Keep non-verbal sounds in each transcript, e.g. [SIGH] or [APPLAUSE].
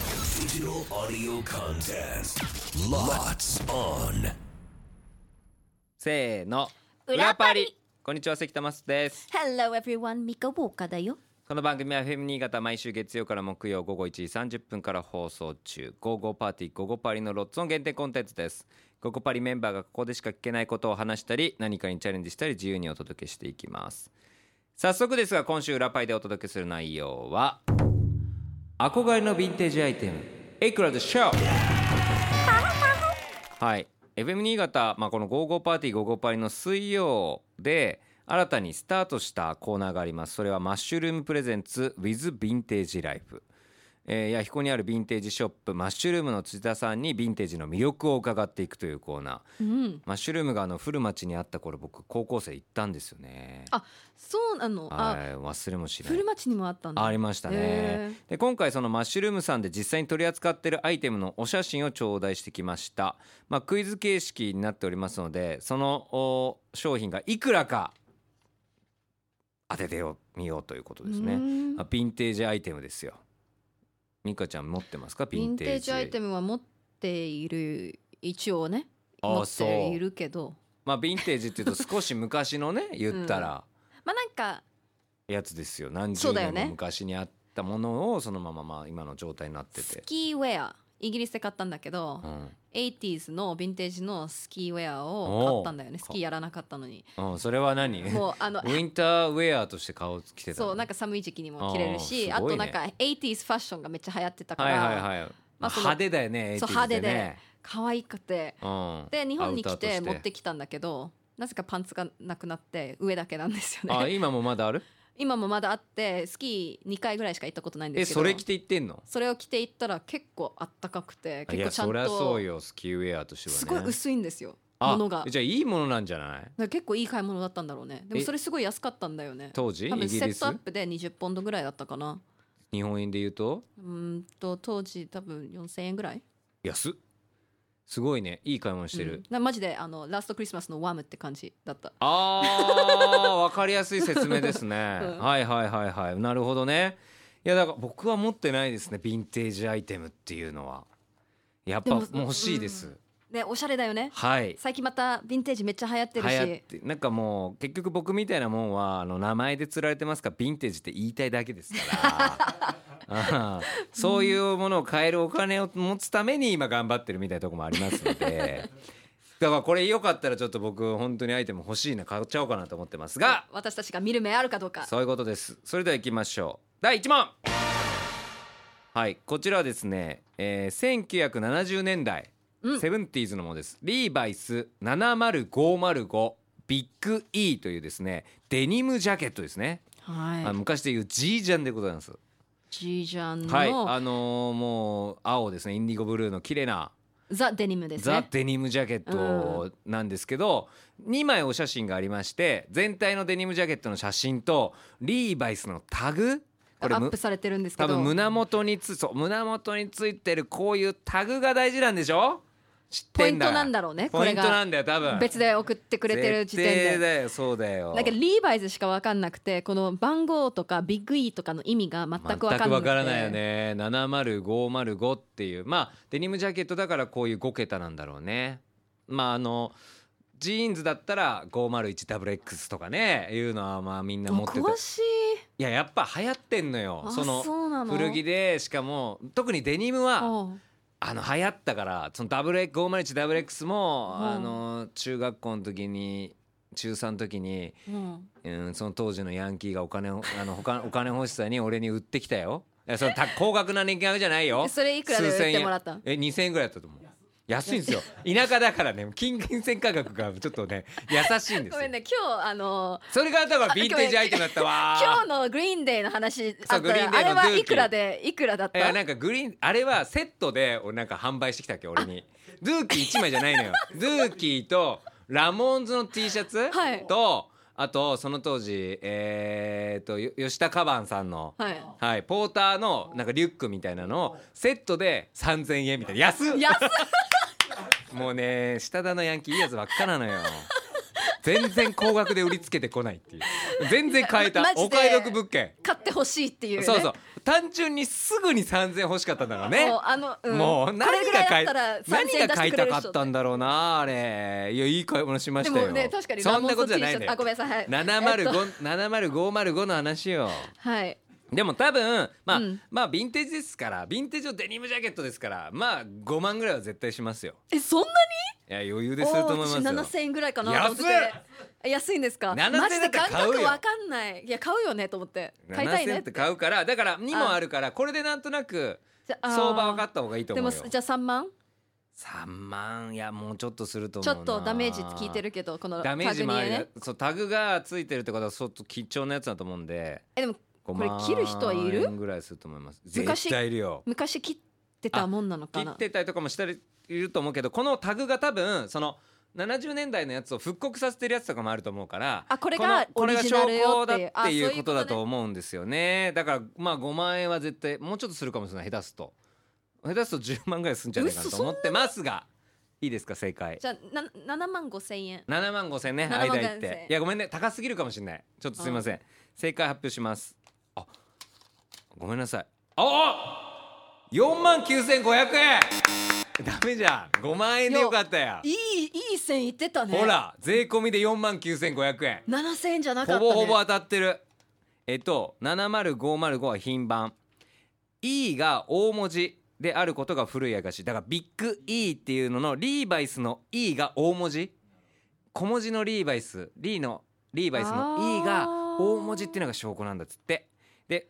Digital audio contest. Lots on. せーの裏パリこんにちは関田スです Hello everyone, ミカボーカだよ。この番組は FM 新潟毎週月曜から木曜午後1時30分から放送中「午後パーティー午後パリ」のロッツオン限定コンテンツです午後パリメンバーがここでしか聞けないことを話したり何かにチャレンジしたり自由にお届けしていきます早速ですが今週裏パイでお届けする内容は憧れのヴィンテージアイテムいくらでしょうはい FM 新潟、まあ、この「ゴーゴーパーティーゴーゴーパリ」の水曜で新たにスタートしたコーナーがありますそれはマッシュルームプレゼンツ with ヴィンテージライフえー、弥彦にあるヴィンテージショップマッシュルームの辻田さんにヴィンテージの魅力を伺っていくというコーナー、うん。マッシュルームがあの古町にあった頃僕高校生行ったんですよねあ、そうなの。はあ、い忘れもしない古町にもあったんだ。ありましたね、へで今回そのマッシュルームさんで実際に取り扱ってるアイテムのお写真を頂戴してきました、まあ、クイズ形式になっておりますのでそのお商品がいくらか当ててよみようということですうねんあヴィンテージアイテムですよミカちゃん持ってますかヴヴィィンンテテーージジアイテムは持っている一応ね、持あっそうているけど、まあヴィンテージっていうと少し昔のね言った [LAUGHS] らまあなんかやつですよ何十そうだよ年ねも昔にあったものをそのまままあ今の状態になってスて、キーウェア、イギリスで買ったんだけどう、ん 80s のヴィンテージのスキーウェアを買ったんだよね。おースキーやらなかったのに、うん、それは何もうあ [LAUGHS] のウ。ィンターウェアとして顔つ着てたのそうなんか寒い時期にも着れるしあーあ,、すごいとねなんか 80s ファッションがめっちゃ流行ってたかはいら、はいはい、まあ、その派手だよねそう 80s ってね可愛くてうんで日本にア来ウターとして持ってきたんだけどなぜかパンツがなくなって上だけなんですよあね今もまだある [LAUGHS] 今もまだあってスキー2回ぐらいしか行ったことないんでえすけどそれ着て行ってんのそれを着て行ったら結構あったかくてい結構やちゃんそりゃそうとよスキーウェアとしてはねすごい薄いんですよあものがだかじゃあいいものなんじゃないら結構いい買い物だったんだろうねでもえそれすごい安かったんだよね当時イ多分ギセリッストアップで20ポンドぐらいだったかな日本円で言うとうーんと当時多分4000円ぐらい安っすごいねいい買い物してる、うんなマジであのラストクリスマスのワームって感じだったあーわかりやすい説明ですね、 [LAUGHS] うんはいはいはいはいなるほどねいやだから僕は持ってないですねヴィンテージアイテムっていうのはやっぱでももう欲しいです、うんねおしゃれだよねはい最近またヴィンテージめっちゃ流行ってる流し行ってなんかもう結局僕みたいなもんはあの名前で釣られてますからヴィンテージって言いたいだけです [LAUGHS] からああそういうものを買えるお金を持つために今頑張ってるみたいなとこもありますの [LAUGHS] でだからこれよかったらちょっと僕本当にアイテム欲しいな買っちゃおうかなと思ってますが私たちが見る目あるかどうかそういうことですそれでは行きましょう第1問はいこちらはですね、えー1970年代、うんセブンティーズのものですリーバイス70505ビッグ E というですねデニムジャケットですね、あはい昔でいうジージャンでございます、ジージャンの、はいあのーもう青ですねインディゴブルーの綺麗なザ・デニムですザ・ねデニムジャケットなんですけど、2枚お写真がありまして全体のデニムジャケットの写真とリーバイスのタグこれアむップされてるんですけ多ど分胸元につそう胸元についてるこういうタグが大事なんでしょ知っポてイんンだトなんだろうねこポイれントながんだよ多分別で送ってくれてる時絶点対でだよそうだよなんかリーバイズしか分かんなくてこの番号とかビッグ E とかの意味が全く分かんなく全てくわからないよね70505っていうまあデニムジャケットだからこういう5桁なんだろうねまああのジーンズだったら 501WX とかねいうのはまあみんなあ持ってたい詳しいややっぱ流行ってんのよあそのうな古着でしかも特にデニムはおうあの流行ったからその WX 501WX も、うんあの中学校の時に中3の時に、うんうん、その当時のヤンキーがお金を [LAUGHS] あのほかお金欲しさに俺に売ってきたよいやそのた高額な年金額じゃないよ [LAUGHS] それいくらで売ってもらった数千円え2000円ぐらいだったと思う安いんですよ田舎だからね金銀線価格がちょっとね優しいんですよ、ごめんね今日あのそれがだからヴィンテージアイテムだったわ今日のグリーンデーの話あったグリーンらデーのあれはドゥーキーいくらでいくらだっいやたなんかグリーンあれはセットで俺なんか販売してきたっけ俺にドゥーキー1枚じゃない [LAUGHS] のよドゥーキーとラモーンズの T シャツ、はいとあとその当時えー、とよ吉田カバンさんの、はいはい、ポーターのなんかリュックみたいなのをセットで3,000円みたいな安っ安っもう [LAUGHS] ね下田のヤンキーいいやつばっかなのよ全然高額で売りつけてこないっていう全然買えたマジでお買い得物件買ってほしいっていう、ね、そうそう単純にすぐに3000欲しかったんだからねもうあの、んもうこれ何ぐらが買いだっいたら参何戦が出し買ていくれたるか人ったんだろうなあれいやいい買い物しまでしたよもね確かにそんなラことモンじズゃ T シないャツねあごめんなさいはいえっと700505の話よはいでも多分まあ、うんまあヴィンテージですからヴィンテージのデニムジャケットですからまあ5万ぐらいは絶対しますよえそんないや余裕にですると思いますおー私よ7000円ぐらいかなと思ってて安いえ安いんですか7000マジだでっ感て買うよ覚わかんないいや買うよねと思って買いたい7000ね円って買うからだから2もあるからこれでなんとなくじゃあ相場分かった方がいいとで思うもよじゃあ3万3万いやもうちょっとするとち思ょうなっとダメージ聞いてるけどこのダメージもありタグにだねそうタグがついてるってことは相当貴重なやつだと思うんでえでもこれ切る人はいるぐらいすると思います昔絶対いるよ昔切ってたもんなのか切なってたりとかもしたりいると思うけどこのタグが多分その70年代のやつを復刻させてるやつとかもあると思うからあこれのがこれオがリジ証ナルよ拠っだていうっあていそうういうここととだねと思うんですよねだからまあ5万円は絶対もうちょっとするかもしれない下手すと下手すと10万ぐらいするんじゃないかなと思ってますがいいですか正解じゃあな7万5千円7万5千ね7万間いっ5000ていやごめんね高すぎるかもしれないちょっとすいません正解発表しますあごめんなさいあ4万9500円ダメじゃん5万円でよかったやいいいい線いってたねほら税込みで4万9500円7千円じゃなかっほたねぼほぼ当たってるえっと70505は品番 E が大文字であることが古い証だからビッグ E っていうののリーバイスの E が大文字小文字のリーバイスリーのリーバイスの E が大文字っていうのが証拠なんだっつってで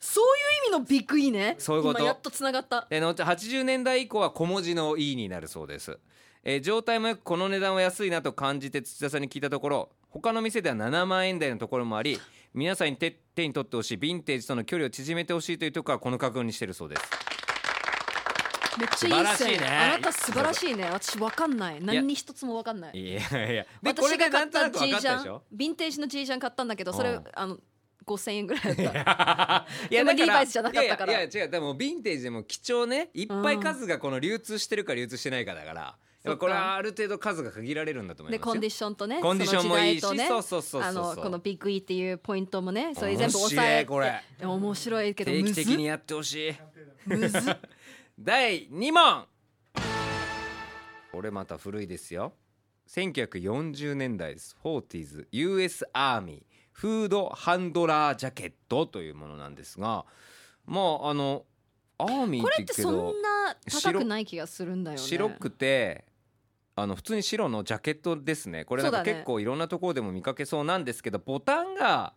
そういう意味のビッグいいねそういうこと今やっとつながったで後80年代以降は小文字の E になるそうです、えー状態もよくこの値段は安いなと感じて土田さんに聞いたところ他の店では7万円台のところもあり皆さんに手手に取ってほしいヴィンテージとの距離を縮めてほしいというところはこの覚悟にしてるそうですめっちゃいい素晴らしい線ねあなた素晴らしいね私わかんない何に一つもわかんないいやいやでこ [LAUGHS] れ私がなが買っんとなたく分 G かっジたでャ [LAUGHS] しンょヴィンテージの G ジャン買ったんだけどそれうんあの5000円ぐらいだったいやでだからもリーバイスじゃなかったからいやいやいや違うでもヴィンテージでも貴重ねいっぱい数がこの流通してるか流通してないかだからやっぱこれはある程度数が限られるんだと思いますでよコンディションとねコンディションもいいしその時代とそうそうそうそうあのこのビッグイっていうポイントもねそれ全部面抑白いえてこれいや面白いけど定期むず的っにやってほしい。第2問これまた古いですよ。1940年代です。40s US アーミーフードハンドラージャケットというものなんですがまああのアーミーこって言うれってけそどんな高くない気がするんだよね白くてあの普通に白のジャケットですねこれなんそかうだね結構いろんなところでも見かけそうなんですけどボタンが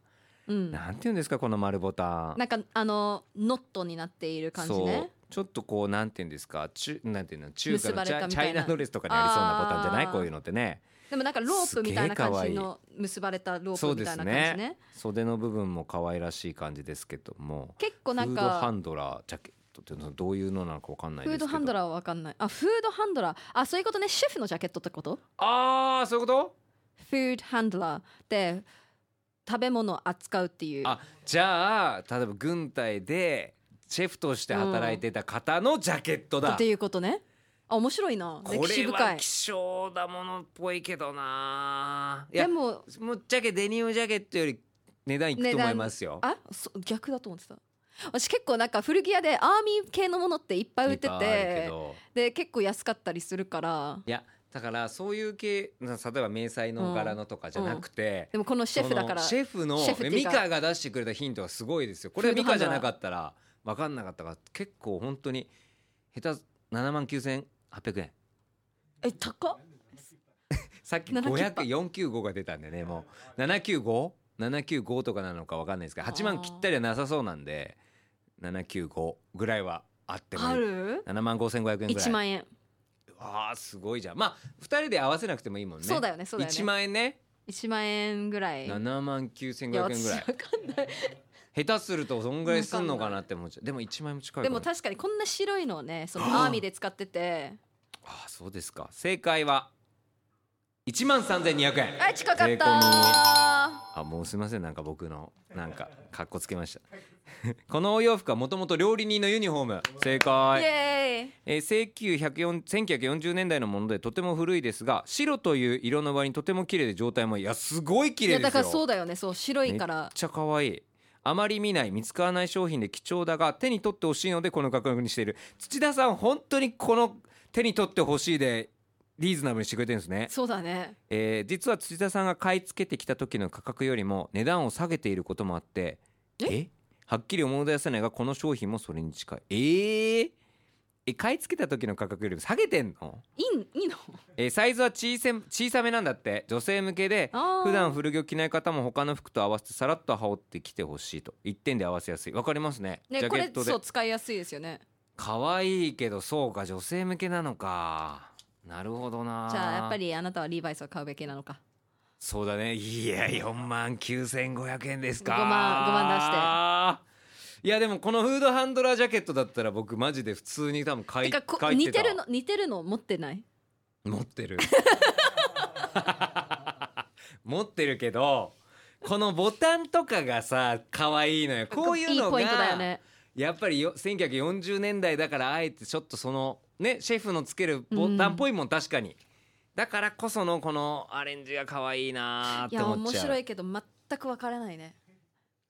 うんなんて言うんですかこの丸ボタンなんかあのノットになっている感じそうねちょっとこうなんていうんですか中なんていうの中華結のばれチたャみチたいなャイナドレスとかにありそうなボタンじゃないあーこういうのってねでもなんかロープみたいな感じの結ばれたローそうプみでたいすな感じねね袖の部分も可愛らしい感じですけども結構なんフードハかンドラージャケットっていうのはどういうのなのかわかんないフですけーどドハンドラーはわかんないあフードハンドラーあそういうことねシェフのジャケットってことああそういうことフードハンドラーって食べ物を扱うっていうあじゃあ例えば軍隊でシェフとして働いてた方のジャケットだ、っていうことねあ面白いなこ歴史れ深はい希少だものっぽいけどないでやもぶっちゃけデニムジャケットより値段いくと思いますよあそ逆だと思ってた私結構なんか古着屋でアーミー系のものっていっぱい売っていっぱいあるけてどで結構安かったりするからいやだからそういう系な例えば迷彩の柄のとかじゃなくて、でもこのシェフだからそのシェフのシェフっていミうかカが出してくれたヒントはすごいですよこれフーミドハカンじドゃラーなかったら分かんなかったから結構本当に下手7万9800円え高っさっき798 500495が出たんでねもう795795とかなのか分かんないですけど8あ万ー切ったりはなさそうなんで795ぐらいはあってもあいいる7万5500円ぐらい1万円あーすごいじゃんまあ2人で合わせなくてもいいもんねそうだよねそうだよね1万円ね1万円ぐらい7万9500円いやぐらい私わかんない下手するとそんぐらいすんのかなって思っちゃうでも1万円も近いでかもも確かにこんな白いのをねそのアーミーで使っててああそうですか正解は1万3200円あ近かっ税た込みあもうすいませんなんか僕のなんかかっこつけました [LAUGHS] このお洋服はもともと料理人のユニフォーム正イ解、エーイえー、1904 1940年代のものでとても古いですが白という色の割にとても綺麗で状態もいいいやすごい綺い麗やですよだからそうだよねそう白いかめっらちゃ可愛いあまり見ない見つからない商品で貴重だが手に取ってほしいのでこの価格にしている土田さん本当にこの手に取ってほしいでリーズナブルにしてくれてるんですね、そうだねえー実は土田さんが買い付けてきた時の価格よりも値段を下げていることもあってえはっきり思い出せないがこの商品もそれに近いえーえ買い付けた時の価格よりも下げてんの、いいいいのえーサイズは小せ小さめなんだって女性向けであー普段古着を着ない方も他の服と合わせてさらっと羽織ってきてほしいと一点で合わせやすいわかりますねジねャこケれットでそう使いやすいですよね可愛いけどそうか女性向けなのかなるほどなじゃあやっぱりあなたはリーバイスを買うべきなのかそうだねいや4万9500円ですか5万5万出していやでもこのフードハンドラージャケットだったら僕マジで普通に多分買ていかこ買い似てるの似てるの持ってない持ってる [LAUGHS] 持ってるけどこのボタンとかがさ可愛いのよこういうのがいいポイントだよねやっぱりよ1940年代だからあえてちょっとそのねシェフのつけるボタンっぽいもん確かに、だからこそのこのアレンジが可愛いなーっいてや思面っちゃう白いけど全く分からないね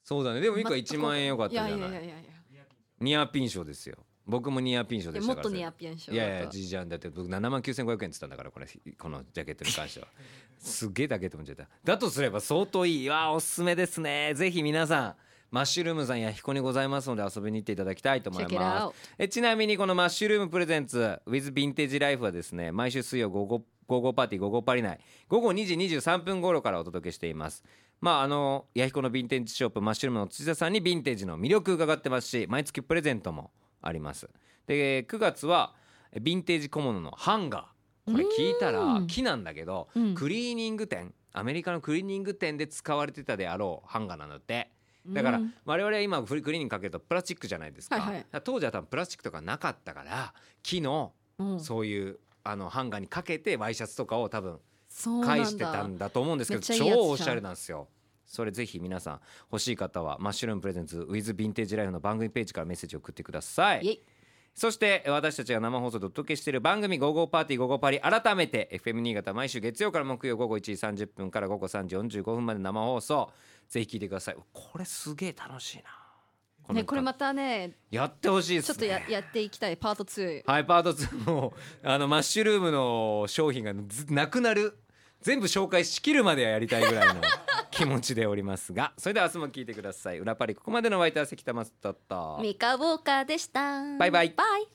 そうだねでもゆか全1く万円よかったじゃないいやいやいやいやニアピン賞ですよ僕もニアピン賞いやでしもたっからとニアピンしよういやいやじいちゃんだって僕7万9500円って言ったんだからこれこのジャケットに関しては [LAUGHS] すげえだけって思っちゃっただとすれば相当いいわあおすすめですねぜひ皆さんマッシュルームさんや彦にございますので遊びに行っていただきたいと思い Check it ま out すえちなみにこのマッシュルームプレゼンツ with ヴィンテージライフはですね毎週水曜午後午後パーティー午後パリ内午後2時23分頃からお届けしていますまああの弥彦のヴィンテージショップマッシュルームの辻田さんにヴィンテージの魅力伺ってますし毎月プレゼントもありますで9月はえヴィンテージ小物のハンガーこれ聞いたら木なんだけど、うんクリーニング店アメリカのクリーニング店で使われてたであろうハンガーなんだってだからうん我々は今フリクリーニングかけるとプラスチックじゃないですか,、はいはい当時は多分プラスチックとかなかったから木のうんそういうあのハンガーにかけてワイシャツとかを多分そうなんだ返してたんだと思うんですけどめっちゃいいやつじゃん超おしゃれなんですよそれぜひ皆さん欲しい方はマッシュルームプレゼンツ with ヴィンテージライフの番組ページからメッセージを送ってくださイエいイそして私たちが生放送でお届けしている番組「ゴーゴーパーティーゴーゴーパリ」改めて FM 新潟毎週月曜から木曜午後1時30分から午後3時45分まで生放送ぜひ聞いてくださいこれすげえ楽しいなこのね、これまたねやってほしいですちょねっとややっていきたいパート2ハイパート2もあのマッシュルームの商品がずなくなる全部紹介しきるまではやりたいぐ [LAUGHS] らいの気持ちでおりますがそれでは明日も聞いてください裏パリここまでのワイター関田松だったミカウォーカーでしたバイバイバイ